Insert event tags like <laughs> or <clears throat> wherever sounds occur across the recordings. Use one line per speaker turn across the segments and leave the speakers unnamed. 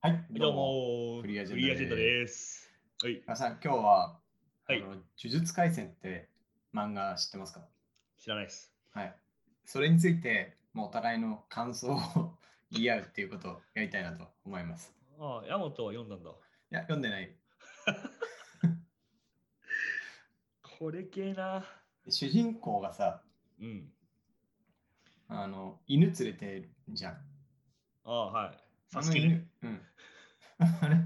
はい、
どうも、
フリーアジェンダです
ンダです。はい、
皆さん、今日は、
はい
あの呪術廻戦って漫画知ってますか
知らないです。
はい。それについて、もうお互いの感想を <laughs> 言い合うっていうことをやりたいなと思います。
ああ、ヤマトは読んだんだ。
いや、読んでない。
これ系な。
主人公がさ、
うん。
あの犬連れてるじゃん。
ああ、はい。サス
あ
ケ
の
ね。
犬うん。 <laughs> あれ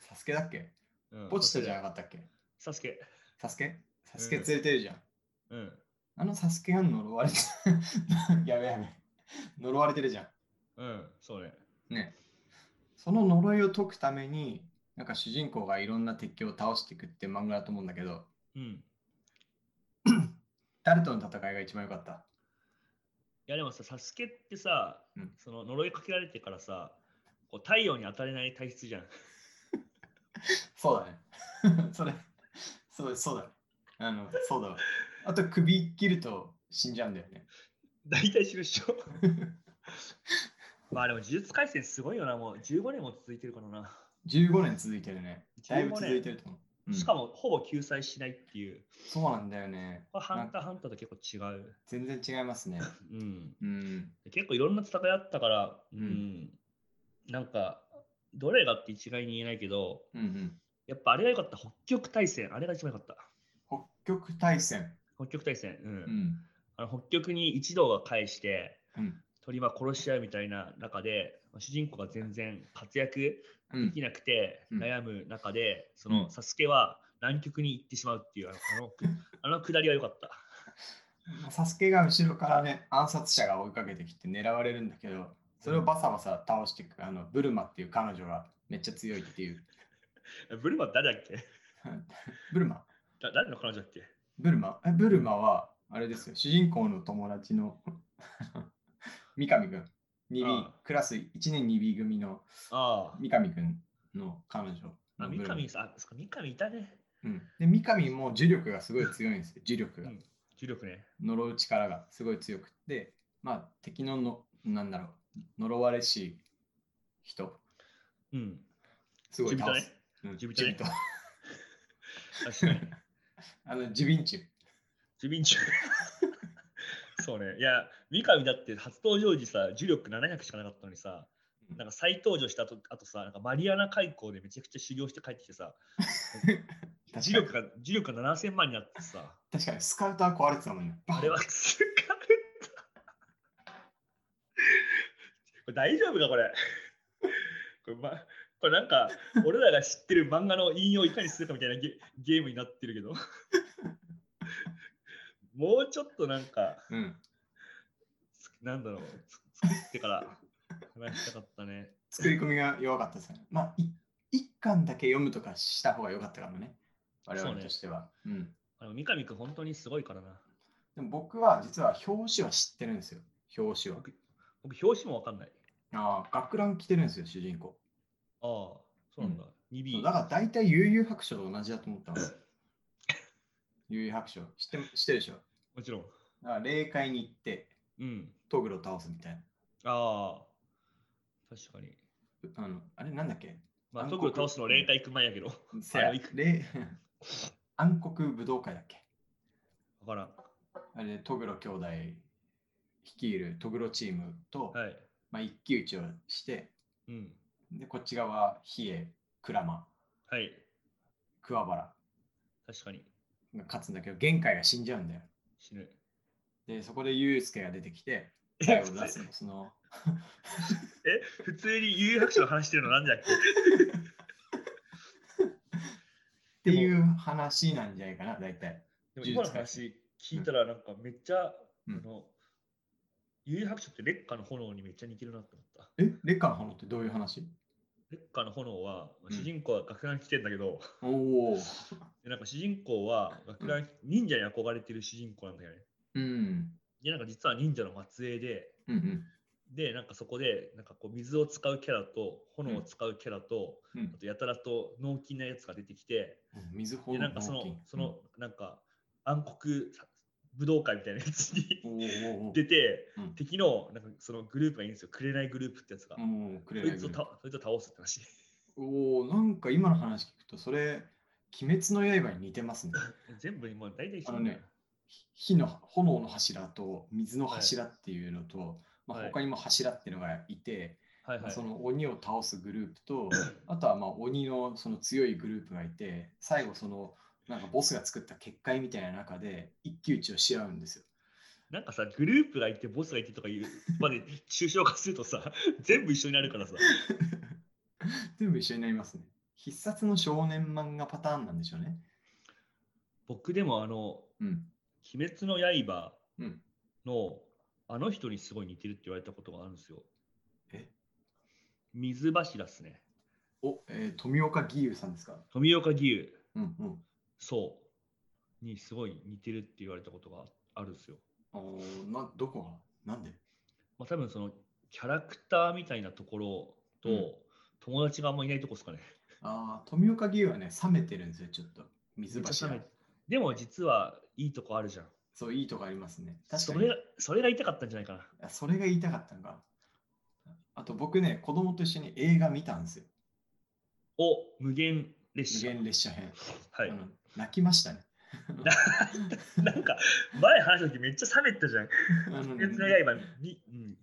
サスケだっけ
うん
ポチトじゃなかったっけ
サスケ。
サスケサスケ連れてるじゃん。
うん。
あのサスケが呪われて <laughs> やべやべ。呪われてるじゃん。
うん、そうね。
ね、その呪いを解くためになんか主人公がいろんな敵を倒していくって漫画だと思うんだけど
うん。
誰との戦いが一番良かった
いや、でもさ、サスケってさ、
うん
その呪いかけられてからさ、こう太陽に当たれない体質じゃ <laughs> ん。
そうだね <laughs> それそうそうだねあのそうだわ <laughs> あと首切ると死んじゃうんだよね
大体知るっし <laughs> ょ。まあでも、呪術廻戦すごいよな。もう15年も続いてるからな。
15年続いてるねだいぶ
15
続いてると思う、
しか
も
も、ほぼ救済しないっていう。
そうなんだよね
これハ
なん
ンタ
か
ーハンターと結構違う。
全然違い <laughs> ますね
うん。
うん
結構いろんな戦いあったから、うんんなんかどれがって一概に言えないけど
うんうん
やっぱあれが良かった北極大戦あれが一番良かった
北極大戦
北極大戦、うん
うん
あの北極に一同が返して
うん
鳥は殺し合うみたいな中で主人公が全然活躍
う
で
ん
きなくて
うん
悩む中で、そうの
ん
サスケは南極に行ってしまうっていうあの <laughs> あのあのくだりは良かった
サスケが後ろからね、暗殺者が追いかけてきて狙われるんだけど、それをバサバサ倒していく、あの、ブルマっていう彼女がめっちゃ強いっていう。
えブルマ誰だっけ
ブルマ
だ誰の彼女だっけ
ブルマえブルマは、あれですよ、主人公の友達の <laughs> 三上くん。2B
ああ、
クラス1年 2B 組の
ああ
三上くんの彼女
あ
のブ
三
ルマ。
上さんあそっか三上いたね
うん、で三上も呪力がすごい強いんですよ、呪力が。
うん重力ね
呪う力がすごい強くって、まあ、敵のの、なんだろう、呪われしい人、
うん
すごい倒す。うん
地人ね
地人
確かに。
<laughs> あの、ジビンチュ。
自民中。 <laughs> そうね。いや、三上だって初登場時さ、呪力700しかなかったのにさ、なんか再登場した後あとさ、なんかマリアナ海溝でめちゃくちゃ修行して帰ってきてさ、
確
呪
かに
力が呪力が7000万になってさ、
確かにスカウター壊れてたもんね。
あれはすかれた。これ大丈夫かこれ。これ,、ま、これなんか、俺らが知ってる漫画の引用をいかにするかみたいなゲゲームになってるけど。もうちょっとなんか、
うん。
つなんだろう、つ作ってから話したかったね。
作り込みが弱かったですね。まあ、い一巻だけ読むとかした方が良かったかもね。我々としては。うん。
あの三上君、本当にすごいからな。
でも僕は実は表紙は知ってるんですよ。表紙は。
僕、僕表紙もわかんない。
ああ、学ラン着てるんですよ、主人公。
ああ、そうなんだ。
そ
2B
う。だから大体悠々白書と同じだと思ったん
<laughs>
ですよ。悠々白書知って知ってるでしょ
もちろん。
だから霊界に行って
うん。
トグロを倒すみたい
ああ、確かに。
な。あのあれなんだっけ
まあ、
暗
ト
黒
グロ倒すの霊界行く前やけ <laughs> ど。わ
せや
行く
霊暗黒武道会だっけ
からん。
あれトグロ兄弟率いるトグロチームと、
はい。
まあ、一騎打ちをして
うん。
でこっち側比叡鞍馬
はい。
桑原
確かに。
が勝つんだけど玄海が死んじゃうんだよ。
死ぬ。
でそこでユウスケが出てきて最
え、
後
普
出
通
す
<laughs>
のその
え普通に有白書の話してるのなんじゃっけ
っていう話なんじゃないかな大体。
<laughs> でも今の話聞いたら、なんかめっちゃ、
うん
あの、有白書って烈火の炎にめっちゃ似てるなって思った。
え、烈火の炎ってどういう話
レッカーの炎は、
ん
主人公は学ラン来てんだけど、
おお。
でなんか主人公は学ラン、忍者に憧れてる主人公なんだよね。
うん。
で、なんか実は忍者の末裔で、
うん
で、なんかそこで、なんかこう水を使うキャラと、炎を使うキャラと、
うん。うん
あとやたらと脳筋なやつが出てきて、
水ほ
で、
う
な
の
んかそ
脳
の
筋、
その、なんか暗黒武道会みたいなやつに
おーおーおー
<laughs> 出て、
うん
敵のなんかそのグループがいいんですよ。くれないグループってやつが。
うんくれ
そ
ない
いつ
ぐ
を
らい
たそいつを倒すって話。 <laughs>
おおなんか今の話聞くと、それ、鬼滅の刃に似てますね。
全部もう大体一緒
あのねひ火の炎の柱と水の柱っていうのと、まあ、
はい
他にも柱っていうのがいて、
はいはい。
その鬼を倒すグループと、あとはまあ鬼のその強いグループがいて、最後そのなんかボスが作った結界みたいな中で一騎打ちをし合うんですよ。
なんかさ、グループがいて、ボスがいてとかいうまで抽象化するとさ、 <laughs> 全部一緒になるからさ。
全部一緒になりますね。必殺の少年漫画パターンなんでしょうね。
僕でもあの、
うん。
鬼滅の刃
うん
のあの人にすごい似てるって言われたことがあるんですよ。
え
水柱っすね。
お、えー富岡義勇さんですか
富岡義勇、
うんうん。
そう、にすごい似てるって言われたことがあるんですよ。
あーなどこがなんで
まあ多分そのキャラクターみたいなところと、
うん
友達があんまいないとこですかね。
ああ、富岡義勇はね、冷めてるんですよ、ちょっと。水柱
めっちゃ冷め。でも実はいいとこあるじゃん。
そう、いいとこありますね。確か
そ
に。
れがそれが痛かったんじゃないかな。
あそれが言いたかったのが。あと僕ね、子供と一緒に映画見たんですよ。
お、無限列
無
車。
限列車編。
はい、
うん泣きましたね。
なんか、前話した時めっちゃ冷めたじゃん。
あのね
鬼滅の刃に、
うん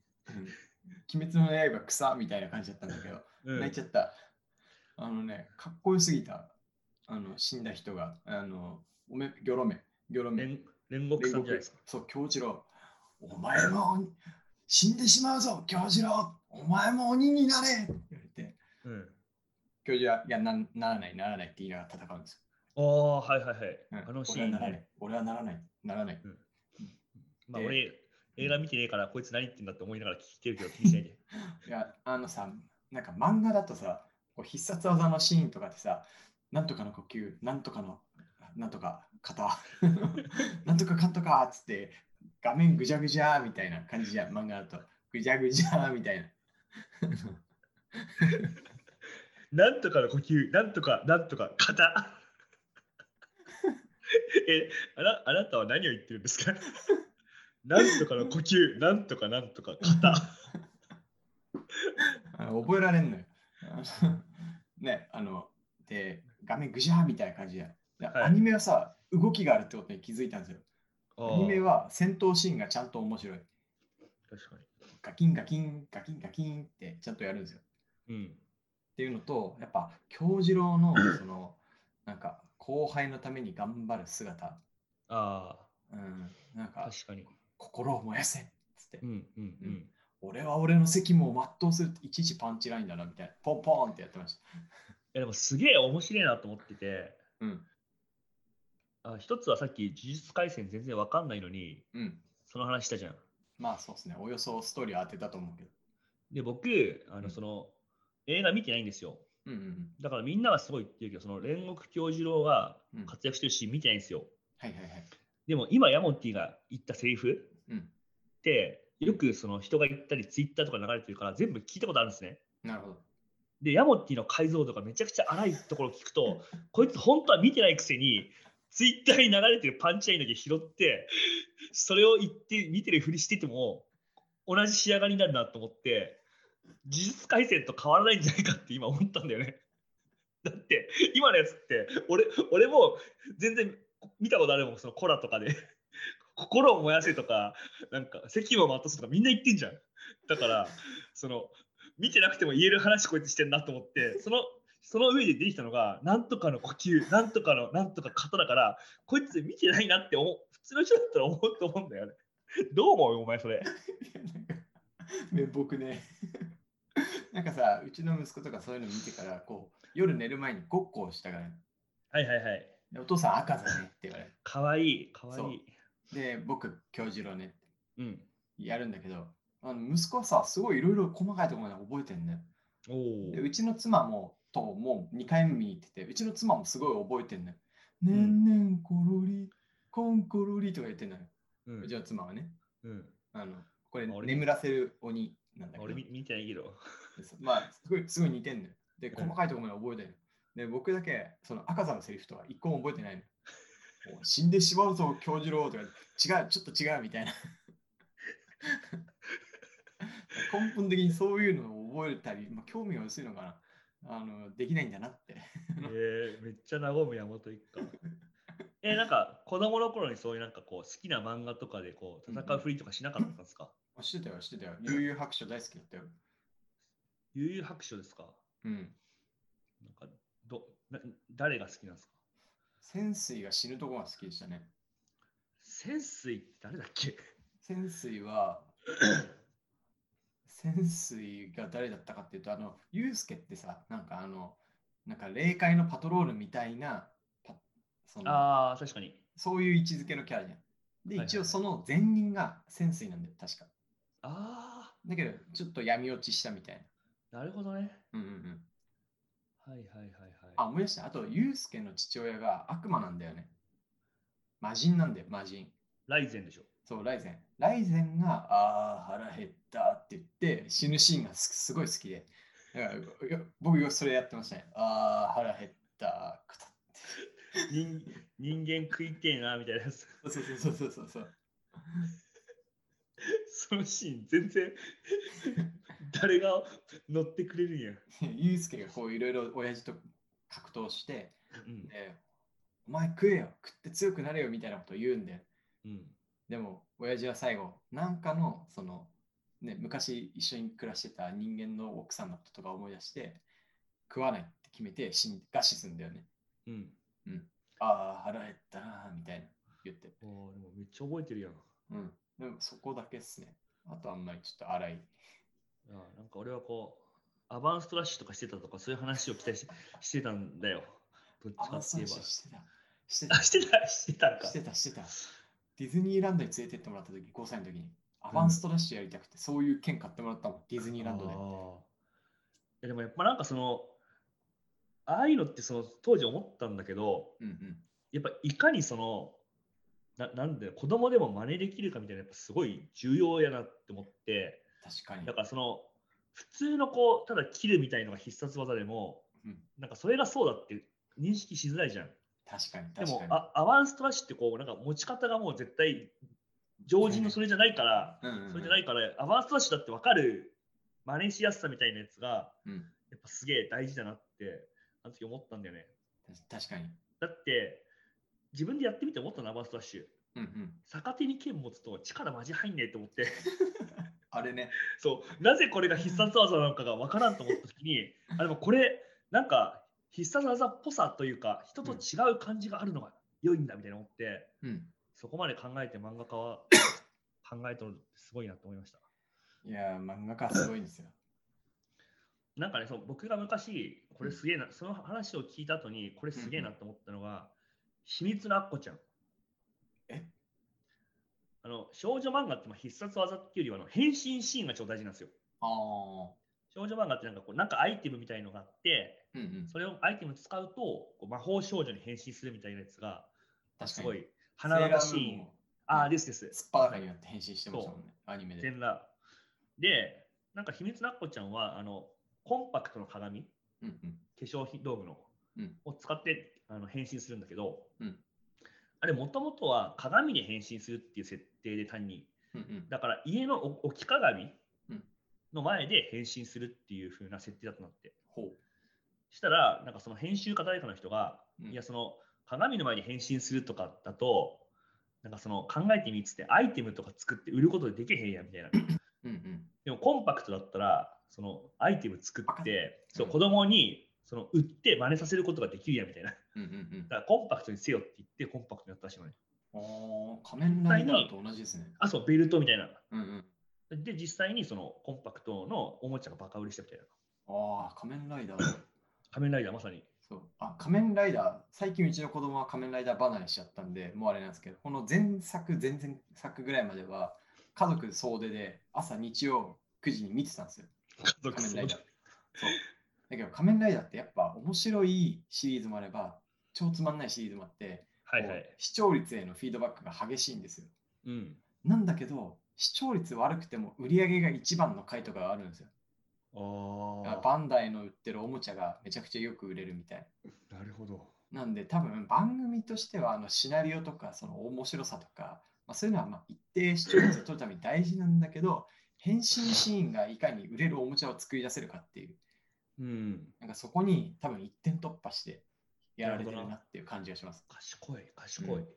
鬼滅の刃草みたいな感じだったんだけど、
うん。うん
泣いちゃった。あのね、かっこよすぎた。あの死んだ人が、あの、おめ、ギョロメ、ギョロメ、
煉煉獄さんじゃないですか。
そう、京次郎。お前も鬼死んでしまうぞ、京次郎。お前も鬼になれって言われて、
うん。
京次郎は、いやな、ならない、ならないって言いながら戦うんですよ。
ああ、はいはいはい。
うん
あのシーン
俺はならない。
ね。
俺はならない。ならない。
まあ
で
俺、映画見てねえから、こいつ何言ってんだって思いながら聞いてるけど、気にしないで。
いや、あのさ、なんか漫画だとさ、こう必殺技のシーンとかってさ、なんとかの呼吸、なんとかの、なんとか型、 <laughs> なんとかかんとかっつって、画面ぐじゃぐじゃみたいな感じじゃん、漫画だと。ぐじゃぐじゃみたいな。 <laughs>
なんとかの呼吸、なんとか、なんとか、型。えあな、あなたは何を言ってるんです
<laughs>
かなんとかの呼吸、なんとか、なんとか、型。
あの覚えられんの
<laughs>
よ。あのね、あの、で、画面ぐじゃーみたいな感じじゃん。で
はい
アニメはさ、動きがあるってことに気づいたんですよ。<laughs>
あ
アニメ
ー
は戦闘シーンがちゃんと面白い。
確か
ガキンガキンガキンガキンってちゃんとやるんですよ。っ
に。うん。
ていうのと、やっぱ京次郎のそのなんか後輩のために頑張る姿、
あ
うん、なん
あ、
か
確かに。
心を燃やせっつって、
うんうんうん。
俺は俺の責務を全うするっていちいちパンチラインだなみたいな、ポンポンってやってました。
いやでもすげえ面白いなと思ってて、
うん
あ一つはさっき呪術廻戦全然わかんないのに、
うん、
その話したじゃん。
まあそうですね、およそストーリーは当てたと思うけど。
で、僕、あ
う
の
ん
その、映画見てないんですよ。
うんうんうん、
だからみんなはすごいって言うけど、その煉獄教授郎が
うん
活躍してるシーン見てないんですよ。
はいはいはい。
でも今、ヤモンティが言ったセリフ
うん、
って、よくその人が言ったり、ツイッターとか流れてるから、全部聞いたことあるんですね。
な <laughs> るほど。
で、ヤモティの解像度がめちゃくちゃ荒いところを聞くと、こいつ本当は見てないくせに、ツイッターに流れてるパンチラインだけ拾って、それを言って、見てるふりしてても、同じ仕上がりになるなと思って、事実改正と変わらないんじゃないかって今思ったんだよね。 <laughs> だって、今のやつって、俺俺も全然見たことあるもん、そのコラとかで。心を燃やせとか、なんか、席を待たすとかみんな言ってんじゃん。だから、その、見てなくても言える話こいつしてんなと思って <laughs> そのその上でできたのがなんとかの呼吸なんとかのなんとか型だからこいつ見てないなって思う普通の人だったら思うと思うんだよね <laughs> どう思うお前そ
い
れ
やなんかね、僕ね、 <laughs> なんかさ、うちの息子とかそういうの見てから、こう、夜寝る前にごっこをしたから、
はいはいはい
でお父さん赤だねって言われ
かわいいかわい
そう
い
て、で、僕、京次郎ね、
うん
やるんだけど、あの息子はさ、すごいいろいろ細かいところまで覚えてんね。
お
で、うちの妻も、ともう2回目見に行ってて、うちの妻もすごい覚えてんね。ねんねんころり、こんころりとか言ってんのよ。
う
うんちの妻はね、
うん、
あの、これ、
あ俺
眠らせる鬼なんだけど。
俺見見てないけ <laughs> ど
でそまあ、すごい、すごい似てんのよ。で、
ん
細かいところまで覚えてるの。で、僕だけ、その赤座のセリフとか一個も覚えてないの。もう死んでしまうぞ、京次郎とか、違う、ちょっと違うみたいな。 <laughs> 根本的にそういうのを覚えたり、まあ、興味が薄いのかなあの、できないんだなって。
えーめっちゃ和む山本一家。えーなんか子供の頃にそういうなんかこう好きな漫画とかでこう戦うふりとかしなかったん <laughs> ですか、
あしてたよ、してたよ。悠々白書大好きだったよ。
悠々白書ですか
うん。
なんかどな誰が好きなんですか
潜水が死ぬとこが好きでしたね。
潜水って誰だっけ
潜水は潜水が誰だったかっていうとあのユースケってさなんかあのなんか霊界のパトロールみたいなパその
ああ、確かに。
そういう位置づけのキャラじゃん。で
はいはい
一応その前任が潜水なんだよ確か。
あ
だけどちょっと闇落ちしたみたい
あ、なるほどね。
な。うんうんうん、
はいはいはいはい。
あ思い出したあとユースケの父親が悪魔なんだよね。魔人なんだよ魔人。
ライゼンでしょ。
そう、ライゼン。ライゼンが、ああ、腹減ったって言って、死ぬシーンがすすごい好きで。だからよ僕よ、それやってましたね。ああ、腹減った。くた
人人間食いてえなみたいなやつ。
そうそうそうそうそうそう。
<laughs> そのシーン、全然 <laughs> 誰が乗ってくれるんや。
ユースケがこういろいろ親父と格闘して、
うん
で、お前食えよ、食って強くなれよみたいなことを言うんで、
うん、
でも親父は最後、なんかの、その、ね、昔一緒に暮らしてた人間の奥さんのこととか思い出して、食わないって決めて死ん、餓死するんだよね。
うん。
ああ、腹減ったなーみたいな言って。
あーでもめっちゃ覚えてるやん。
うん。でもそこだけっすね。あとあんまりちょっと荒い。
あーなんか俺はこう、アバンストラッシュとかしてたとか、そういう話を期待ししてたんだよ。どっちか
あ、
って
そ
言
う
えば
し。してた。して
あ、
た。
してた、してたんか
し。てた、してた。ディズニーランドに連れてってもらった時、5歳の時に。アバンストラッシュやりたくて、そういう券買ってもらったもん、ディズニーランドで
あ。ーいやでもやっぱなんかその、ああいうのってその当時思ったんだけど、
うんうん。
やっぱいかにその、ななんで子供でも真似できるかみたいなやっぱすごい重要やなって思って
確かに
だ。からその普通のこうただ切るみたいのが必殺技でも
うん
なんかそれがそうだって認識しづらいじゃん
確かに、
で
確
も
かに。
あアワンストラッシュってこうなんか持ち方がもう絶対常人のそれじゃないから
うんうんうん
それじゃないからアワンストラッシュだって分かる真似しやすさみたいなやつが
うん
やっぱすげえ大事だなってあの時思ったんだよね
た確かに。
だって自分でやってみて思ったのアワンストラッシュ
うんうん。
逆手に剣持つと力マジ入んねえと思って <laughs>
あれね。
そうなぜこれが必殺技なのかが分からんと思った時にあでもこれなんか必殺技っぽさというか人と違う感じがあるのが良いんだみたいな思って、
うん。
そこまで考えて漫画家は <coughs> 考えとるのってすごいなと思いました
いやー、漫画家すごいんですよ。
なんかねそう僕が昔これすげえな、その話を聞いた後にこれすげえなと思ったのが、秘密のアッコちゃん
え
あの少女漫画ってまあ必殺技っていうよりはあの変身シーンが超大事なんですよ
ああ。
少女漫画ってなんかこうなんかアイテムみたいのがあって
うんうん。
それをアイテム使うとこう魔法少女に変身するみたいなやつが
確
す
か
ご
に。
い華々し
セーラームーン
い
も
ああですです
すっぱだかになって変身してましたもんね、アニメで。
全裸でなんか秘密のアッコちゃんはあのコンパクトの鏡化
うんうん。
粧品道具の、
うん
を使ってあの変身するんだけど、
うん
あれもともとは鏡で変身するっていう設定で単に
うんうん。
だから家のお置き鏡
うん
の前で変身するっていう風な設定だったんだって
ほう。
したらなんかその編集家誰かの人が、
うん
いやその鏡の前に変身するとかだとなんかその考えてみっつってアイテムとか作って売ることでできへんやみたいな
うんうん。
でもコンパクトだったらそのアイテム作って
せる
そう
うん
子供にその売って真似させることができるやみたいなだか
うんうんうん。
らコンパクトにせよって言ってコンパクトになったらしいのね
おー仮面ライダーと同じですね。
あそうベルトみたいな
うんうん。
で実際にそのコンパクトのおもちゃがバカ売りしたみたいな
ああ、仮面ライダー。
仮面ライダーまさに
そう。あ、仮面ライダー。最近うちの子供は仮面ライダー離れしちゃったんで、もうあれなんですけど、この前作、前々作ぐらいまでは、家族総出で朝日曜9時に見てたんですよ。
家族
仮面
総
ライ
出
ダー。そう。だけど仮面ライダーってやっぱ面白いシリーズもあれば、超つまんないシリーズもあって、
はいはい
こう視聴率へのフィードバックが激しいんですよ。
うん
なんだけど、視聴率悪くても売り上げが一番の回とかがあるんですよ。
あ
バンダイの売ってるおもちゃがめちゃくちゃよく売れるみたい。
あなるほど
なんで多分番組としてはあのシナリオとかその面白さとか、まあ、そういうのはまあ一定視聴率を取るために大事なんだけど変身シーンがいかに売れるおもちゃを作り出せるかっていう
うん。
なんかそこに多分一点突破してやられてるなっていう感じがします。
賢い、賢い。
うん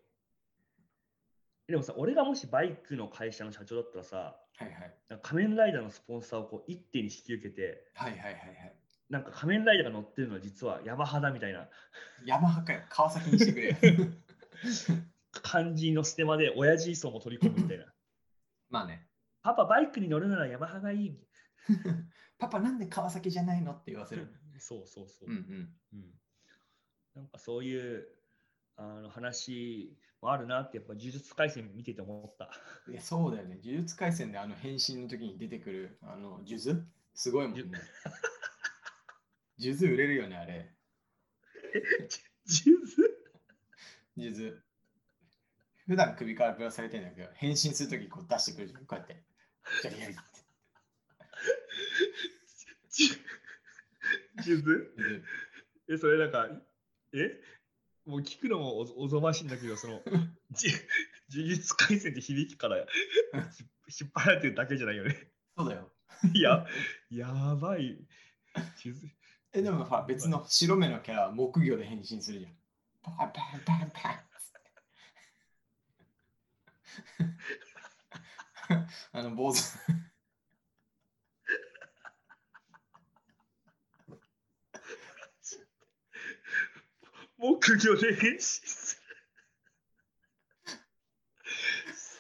でもさ、俺がもしバイクの会社の社長だったらさ、
はいはい
なんか仮面ライダーのスポンサーをこう一手に引き受けて、
はいはいはいはい。
なんか仮面ライダーが乗ってるのは実はヤマハだみたいな
ヤマハかよ、川崎にしてくれ。
感じのステマで親父層も取り込むみたい <laughs> な。
まあね、
パパ、バイクに乗るならヤマハがいい。
パパなんで川崎じゃないのって言わせる。
そうそうそう。
うんうん。
うんなんかそういうあの話もあるなって、やっぱ呪術廻戦見てて思った。
いやそうだよね。呪術廻戦であの変身の時に出てくるあの数珠すごいもんね。数珠売れるよね、あれ。
呪術
数珠。普段首からぶら下げてんだけど、変身するときこう出してくるじゃん。こうやって。ジャリジャリって。
<laughs> 呪術
数珠
え、それなんか、えもう聞くのもおぞおぞましいんだけど、 <laughs> その、じ呪術廻戦って響きから <laughs> ひ引っ張られてるだけじゃないよね。
そうだよ。
いや、やばい。呪術
え、でもさ、別の白目のキャラは木魚で変身するじゃん。パンパンパンパンっつって。あの坊主。
木魚で変身する。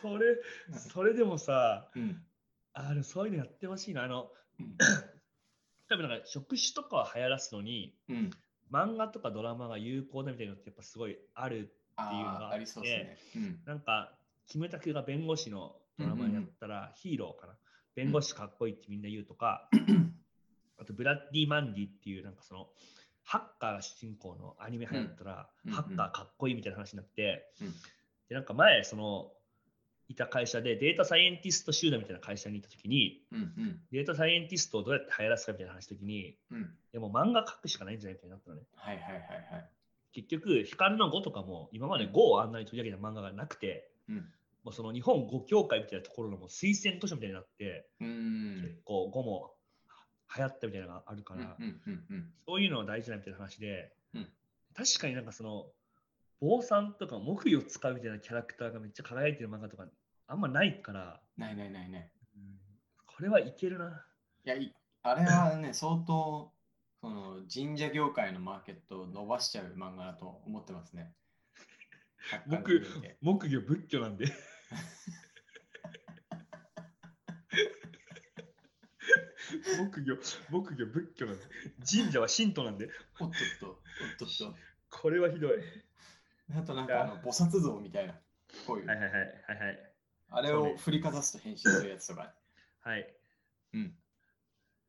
それ、それでもさ、
うん。
あのそういうのやってほしいな。あの、
うん
多分なんか職種とかは流行らすのに、
うん。
漫画とかドラマが有効だみたいなのってやっぱすごいある。っていうの
あ
が
あ、ありそうですね。
なんか、キムタクが弁護士のドラマやったらヒーローかな。弁護士かっこいいってみんな言うとか、
うん。
あとブラッディ・マンディっていうなんかその、ハッカーが主人公のアニメ流行ったら、
うんうん
ハッカーかっこいいみたいな話になって、
うん
で、なんか前、その、いた会社でデータサイエンティスト集団みたいな会社にいたときに、
うんうん
データサイエンティストをどうやって流行らすかみたいな話の時に、
うん。
でも漫画描くしかないんじゃないみたいになったのね。
はいはいはいはい。
結局、光の碁とかも、今まで碁をあんなに取り上げた漫画がなくて、
うん
もうその日本碁協会みたいなところのもう推薦図書みたいになって、
うーん
結。構碁も流行ったみたいなのがあるか
うんう
ら、
んうんうん。
そういうのは大事だみたいな話で、
うん
確かになんかその、坊さんとか木魚を使うみたいなキャラクターがめっちゃ輝いてる漫画とかあんまないから、
ないないないない。
これはいけるな。
いや、いあれはね、相当、その神社業界のマーケットを伸ばしちゃう漫画だと思ってます <laughs> ね。
僕木魚仏教 <laughs> なんで。木魚、木魚仏教なんで。神社は神道なんで。
おっとっと、おっとっ <laughs> と。
これはひどい。は
あとなんかあの菩薩像みたいな、こういう、
いはいはいはいはい。
あれ
そう
を
ね
振りかざすと変身するやつと <laughs> か。
はい。
うん。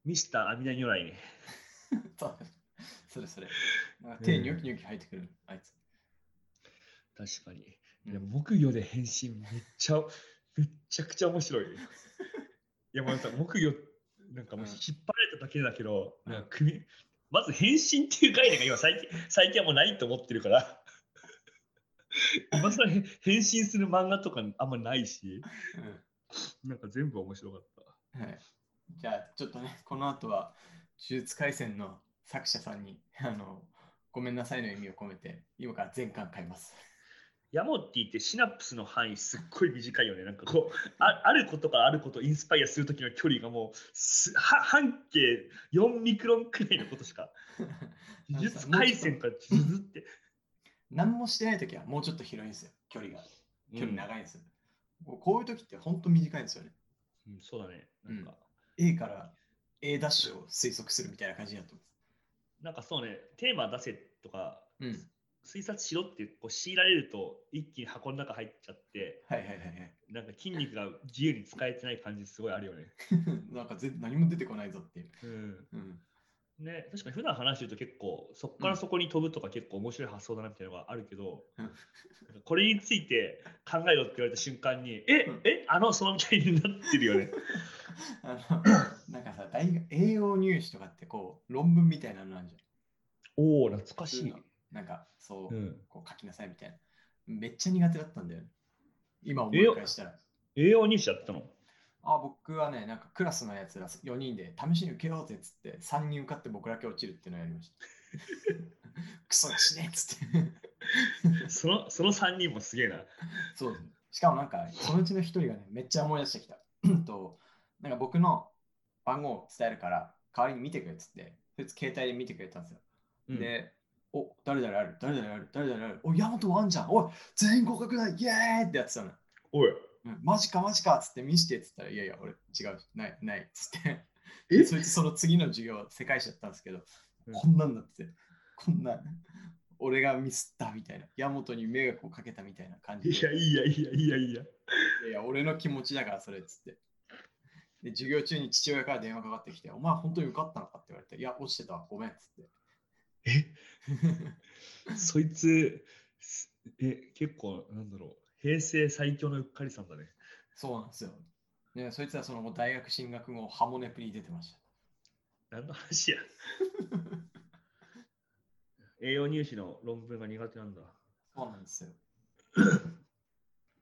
ミスター阿弥陀如来ね。
そうそれそれ。なんか手にョキニョキ入ってくる、あいつ。
確かに。
うん
いや木魚で変身めっちゃ、めっちゃくちゃ面白い。 <laughs> いや、もうなんか木魚、なんかもう
うん
引っ張られただけだけど、
うん
なんか首、まず変身っていう概念が今最近、最近はもうないと思ってるから、今更変変身する漫画とかあんまないし、
うん
なんか全部面白かった。
はい、じゃあちょっとねこの後は「呪術廻戦」の作者さんにあのごめんなさいの意味を込めて今から全巻買います <laughs>
ヤモッティってシナプスの範囲すっごい短いよね。なんかこう、ああることからあることをインスパイアするときの距離がもうすは半径4ミクロンくらいのことしか。
なん
呪
かさ
術廻戦から呪術って。
何もしてない時はもうちょっと広いんですよ距離が距離
い。
長いんですよ、こういう時って本当短いんですよね
うん、そうだね。なんか、
A から A' ダッシュを推測するみたいな感じだと思
なんかそうね、テーマ出せとか、
うんです
推察しろってこう強いられると、一気に箱の中入っちゃって、
うんはいはいはいはい <laughs>
なんか筋肉が自由に使えてない感じすごいあるよね。
なんかぜ何も出てこないぞっていう、
うん。
うん、
ね、確かに普段話してると結構、そこからそこに飛ぶとか結構面白い発想だなみたいなのがあるけど、
うん
なんかこれについて考えろって言われた瞬間に、え
うん、
え、あの、そのみたいになってるよね。
あのなんかさ大学栄養入試とかってこう論文みたいなのなんじゃん
おお、懐か
しい
しい。
なんかそうう,、
ん。
こう書きなさいみたいな。めっちゃ苦手だったんだよね。今思い返したら。
栄養入試やってたの
あ僕はね、なんかクラスのやつら4人で試しに受けようぜっつって、3人受かって僕だけ落ちるっていうのをやりま <laughs> した。クソだしねっつって。
そのその3人もすげえな。
そうですねしかもなんか、そのうちの一人がね、めっちゃ思い出してきた。 <coughs> と、なんか僕の番号を伝えるから、代わりに見てくれっつって、そいつ携帯で見てくれたんですよ。
うん、
で、お、誰々ある、誰々ある、誰々ある、お、ヤマトもあんじゃん、おい、全員合格だ、イエーイってやってたの。
おい、
うん、マジかマジかっつって見してっつったら、いやいや、俺違う、ない、ないっつって。
え
そいつその次の授業、世界史だったんですけど、
うん
こんなんだって、こんな、俺がミスったみたいな、ヤマトに迷惑をかけたみたいな感じ
い
で。
やいやいやいやいや。
いやいや、俺の気持ちだからそれっつって。で、授業中に父親から電話かかってきて、お前本当に受かったのかって言われて、いや、落ちてたわ、ごめんっつって。
そいつ、すえ、結構、なんだろう、平成最強のうっかりさんだね。
そうなんですよ。ね、そいつはその後大学進学後、ハモネプに出てました。
何の話 <laughs> や。栄養入試の論文が苦手なんだ。
そうなんですよ。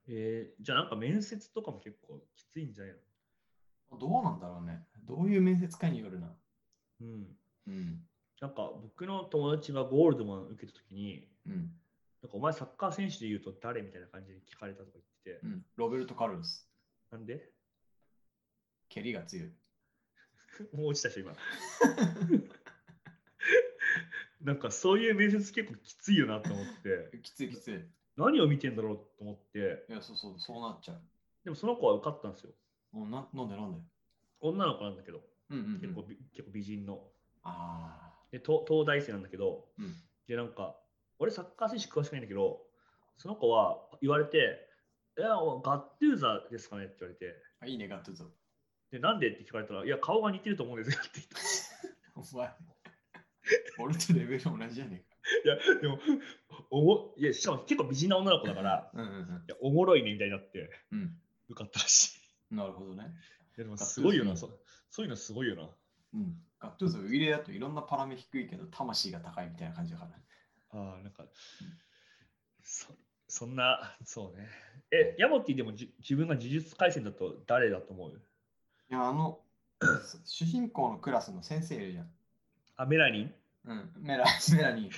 えーじゃあなんか面接とかも結構きついんじゃないの
どうなんだろうね。どういう面接かによるな。
うん。
うん。
なんか僕の友達がゴールドマン受けた時に、
うん。
なんかお前サッカー選手で言うと誰みたいな感じで聞かれたとか言ってて、
うん、ロベルト・カルロス。
なんで
蹴りが強い。
もう落ちた人今。 <laughs> なんかそういう面接結構きついよなと思って。
きついきつい。い
何を見てんだろうと思って、
や、そうそう、そうなっちゃう。
でもその子は受かったんですよ。
うんななんでなんで
女の子なんだけど、
うんうん、
結構び結構美人の。
あ
で東、東大生なんだけど、
うん
で、なんか、俺サッカー選手詳しくないんだけど、その子は言われて、いや、おガッドゥーザですかねって言われて、
あ。いいね、ガッ <laughs> ツゾ。
で、なんでって聞かれたら、いや、顔が似てると思うんですよって
お
言っ
前、俺とレベル同じじゃねえか。
た。いや、でも、おもいや、しかも結構美人な女の子だから、
うんうん
いや、おもろいねみたいになって、
うん。
受かったらしい。
うん、なるほどね。
いや、で
ガッド
も
ゥーザ
すごいよな、そそういうのすごいよな。
うん。ガッツゾ、ウィレだといろんなパラメ低いけど、魂が高いみたいな感じだからね。
ああ、なんか、そそんな、そうね。え、ヤモティでもじ自分が呪術廻戦だと誰だと思う
いや、あの、 <coughs> 主人公のクラスの先生いるじゃん。
あ、メラニン
うん、メラメラニン。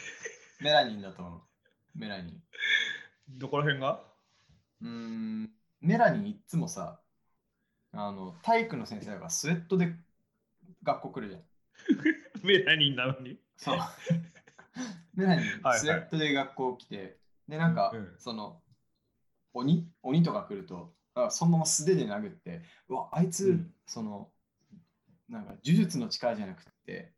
メラニンだと思う。メラニン。
どこら辺が <laughs>
うーん、メラニンいっつもさ、あの、体育の先生がスウェットで学校来るじゃん。
メラニンなのに。
そう。メラニン、
はい
スウェットで学校来て、で、なんか、
うん
その、鬼鬼とか来ると、あそのまま素手で殴って、うわ、あいつ、
うん
その、なんか、呪術の力じゃなくて、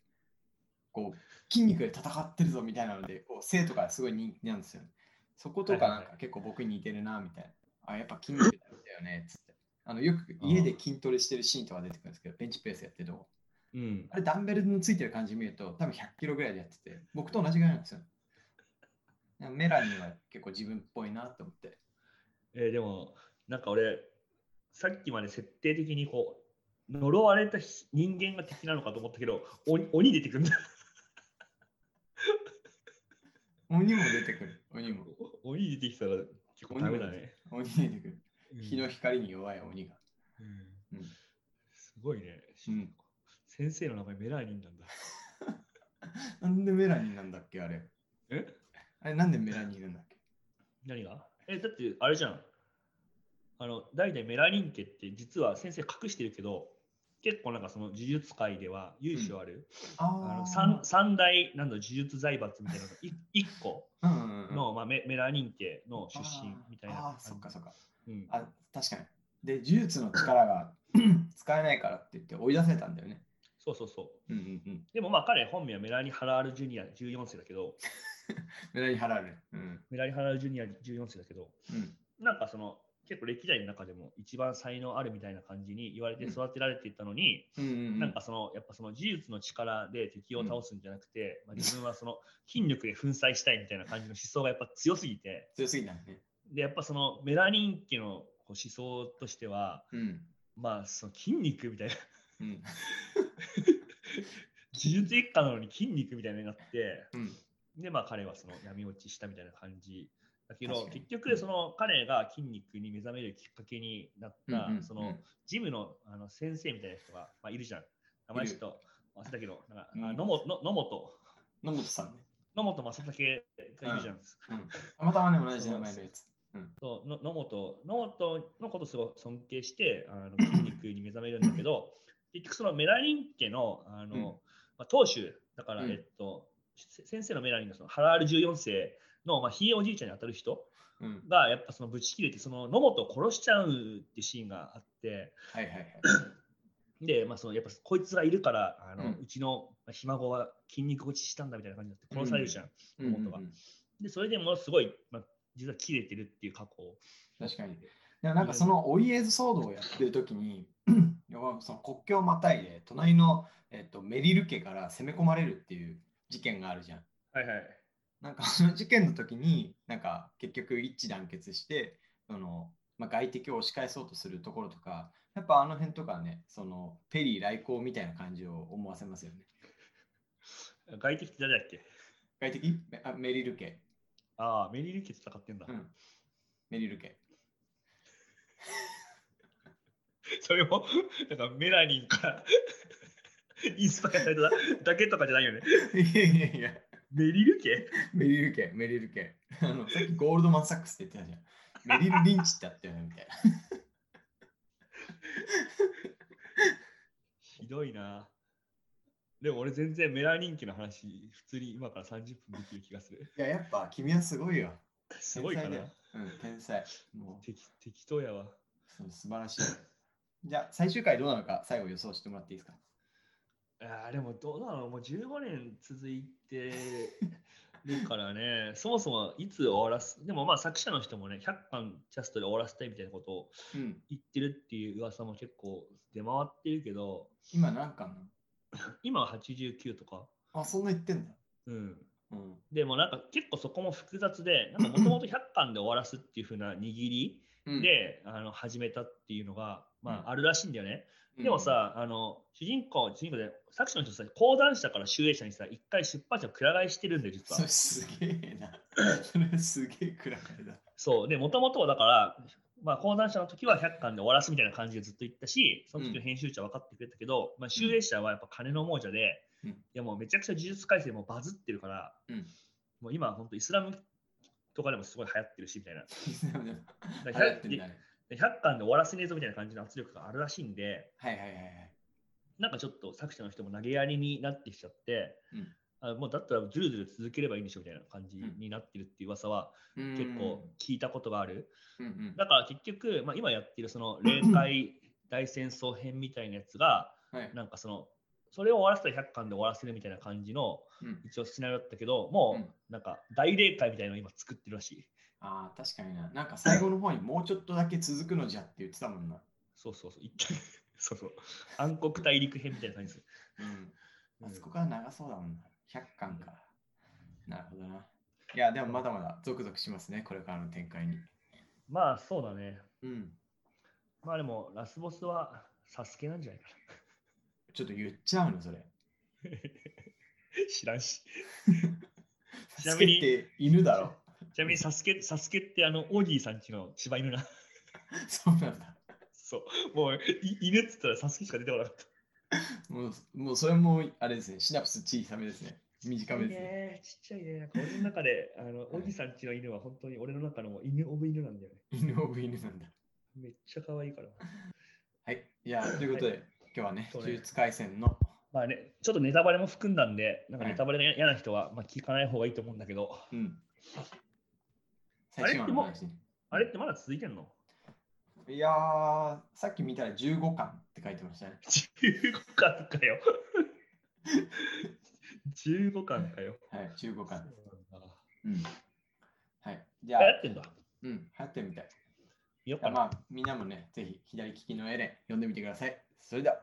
こう、筋肉で戦ってるぞみたいなので、こう生徒からすごい人気なんですよ、ね。そことか、
はい
な
は
ん
いはい
か結構僕に似てるな、みたいな。あ、やっぱ筋肉だよね、つって。あのよく家で筋トレしてるシーンとか出てくるんですけど、ベンチプレスやってるとこ。
うん
あ。れダンベルのついてる感じ見ると多分100キロぐらいでやってて、僕と同じぐらいなんですよ。なんかメラニンは結構自分っぽいなと思って。
えーでも、なんか俺、さっきまで設定的にこう、呪われたひ人間が敵なのかと思ったけど、鬼鬼出てくるんだ。
鬼も出てくる。鬼も。
鬼出てきたら結構ダメだね。
鬼出てくる。
うん
日の光に弱い鬼が。
うん
うん
すごいね。
うん
先生の名前メラニ
<laughs>
ンなんだ。
なんでメラニンなんだっけあれ。
え
あれなんでメラニンなんだっけ
何がえ、だってあれじゃん。あの、代々メラニン家って実は先生隠してるけど、結構なんかその呪術界では由緒ある、あ
あ
の
あ。
三三大なんだ呪術財閥みたいなのがい一個
うんうんうん。
の、まあ、メメラニン家の出
あー
身みたい
あ
な
あ、そっかそっか。
うん
あ、確かに。で、呪術の力が <clears throat> 使えないからって言って追い出されたんだよね。
そうそうそう。
うんうんうん。
でもまあ彼本名はメラニ・ハラール・ジュニア14世だけど、
メラニン払う。うん。
メラニ・ハラール・ジュニア14世だけど、
うん。
なんかその結構歴代の中でも一番才能あるみたいな感じに言われて育てられていったのに、
うんうんうん。
なんかそのやっぱその技術の力で敵を倒すんじゃなくて、まあ、自分はその筋力で粉砕したいみたいな感じの思想がやっぱ強すぎて
強すぎたね。
でやっぱそのメラニン家のこう思想としては
うん。
まあその筋肉みたいな
うん。
技術一家なのに筋肉みたいなのになって
うん。
で、まあ彼はその闇落ちしたみたいな感じだけ
確
ど、
かに
結局その彼が筋肉に目覚めるきっかけになった、
うんうんうん
そのジムのあの先生みたいな人が、まあ、いるじゃん。名前ちょっと忘れたけど、なんか、あ
うん
野本の野本、
野本さんね。
野本正武がいるじゃん。
うん。たまたまね、同じ名前のやつ。うん。
そうの野本野本のことすごい尊敬してあの筋肉に目覚めるんだけ
<laughs>
ど結局そのメラニン家のあの、
うん
まあ、当主だから、
うん
えっとせ先生のメラニンがそのハラール14世の、まあ、ひいおじいちゃんに当たる人
うん。
がやっぱそのぶち切れてその野本を殺しちゃうってシーンがあって
はいはいはい。
で、まあ、そのやっぱこいつがいるからあの、う
うん
ちのまあひ孫は筋肉落ちしたんだみたいな感じになって殺されるじゃん、
うんうん
野本が
うん
でそれでものすごい、まあ、実は切れてるっていう過去を
確かに。でもなんかそのお家騒動をやってる時に、 <laughs> 要はその国境をまたいで、隣の、えっと、メリル家から攻め込まれるっていう事件があるじゃん。
はいはい
なんかその事件の時に、なんか結局一致団結して、そのまあ、外敵を押し返そうとするところとか、やっぱあの辺とかね、そのペリー来航みたいな感じを思わせますよね。
外敵って誰だっけ
外敵メあメリル家。
ああ、メリル家と戦ってんだ。
うん。メリル家。
それも、 <laughs> なんかメラニンから <laughs> インスパイアされただけとかじゃないよね。
いやいやいや、
メリル家
メリル家、メリル家。あの、さっきゴールドマン・サックスって言ってたじゃん。メリル・リンチってあったよね、みたいな。
ひどいな。でも俺全然メラニン家の話、普通に今から30分できる気がする。
いや、やっぱ君はすごいよ。
すごいか
天才
な
だ。ようん、天才。も
適適当やわ。
う、そう素晴らしい。じゃあ、最終回どうなのか、最後予想してもらっていいですか。
ああ、でもどうなのもう15年続いてるか
<laughs>
らね、そもそもいつ終わらす、でもまあ作者の人もね、100巻キャストで終わらせたいみたいなことを
うん。
行ってるっていう噂も結構出回ってるけど、
今何巻なの
今は89とか。
あ、そんな言ってんだ。
うん。
うん。
でもなんか結構そこも複雑で、なんかもともと100巻で終わらすっていう風な握り
うん、
で、あの始めたっていうのが、ま
うん
あ、あるらしいんだよね。
うん
でも、さ、あの主人公、主人公で作者の人さ、講談社から集英社にさ、一回出版社をくら替えしてるんだよ、実
それ
は。
すげえな。それすげえ暗がりだ。
そう。で、もともとはだから、まあ、講談社の時は100巻で終わらすみたいな感じでずっと言ったし、その時の編集長は分かってくれたけど、まあ、集英社はやっぱ金の亡者で、
うん
いやもうめちゃくちゃ呪術改正もバズってるから、
うん
もう今本当イスラムとかでもすごい流行ってるしみたいな。
流
だか
行
ら
ってんだね。
100, 巻で終わらせねえぞみたいな感じの圧力があるらしいんで、
はいはいはいはい。
なんかちょっと作者の人も投げやりになってきちゃって、
うん
あもうだったらずるずる続ければいいんでしょみたいな感じになってるっていう噂は結構聞いたことがある。
うんうん。
だから結局、まあ、今やってるその霊界大戦争編みたいなやつが、
はい。
なんかその、それを終わらせたら100巻で終わらせるみたいな感じの
うん
一応シナリオだったけど、も
うん
うなんか大霊界みたいなのを今作ってるらしい。
ああ、確かにな。なんか最後の方にもうちょっとだけ続くのじゃって言ってたもんな。
そうそうそう、一旦 <laughs> そうそう、暗黒大陸編みたいな感じです。
うん。
う
あ
ん
そこから長そうだもんな。100巻か。なるほどな。いや、でもまだまだゾクゾクしますね、これからの展開に。
まあそうだね。
うん。
まあでも、ラスボスはサスケなんじゃないか
ちょっと言っちゃうの、それ。
な。 <laughs> 知らんし。ちな
助
み
け
に
って犬だろ。 <laughs>
ちなみにサスケ、サスケってあの、オーギーさんちの柴犬な。 <laughs>
そうなんだ。
そう。もう、い犬っつったらサスケしか出てこなかった。
もう、もうそれもあれですね、シナプス小さめですね。短めですね。
ちっちゃいね。なんか俺の中で、あの、
い
おじさんちの犬は本当に俺の中のもう犬オブ犬なんだよね。
犬オブ犬なんだ。
めっちゃ可愛いから。
はい。いや、ということで、今日はね、
そう
呪
ね
術廻戦の。
まあね、ちょっとネタバレも含んだんで、なんか
はい
ネタバレが嫌な人は、まあ、聞かない方がいいと思うんだけど、
うん。最新話の話ね。
あれってまだ続いてんの
いやー、さっき見たら15巻って書いてましたね。
?15 巻 <laughs> かよ。15巻かよ。
はい、15
そう
巻
な。んだ
うん。はい。じゃ
あ
あ
や、ってんだ。
うん、流行ってるみたい。
見よっ
いや
か
ま
な。
あ、みんなもね、ぜひ左利きのエレン、読んでみてください。それでは。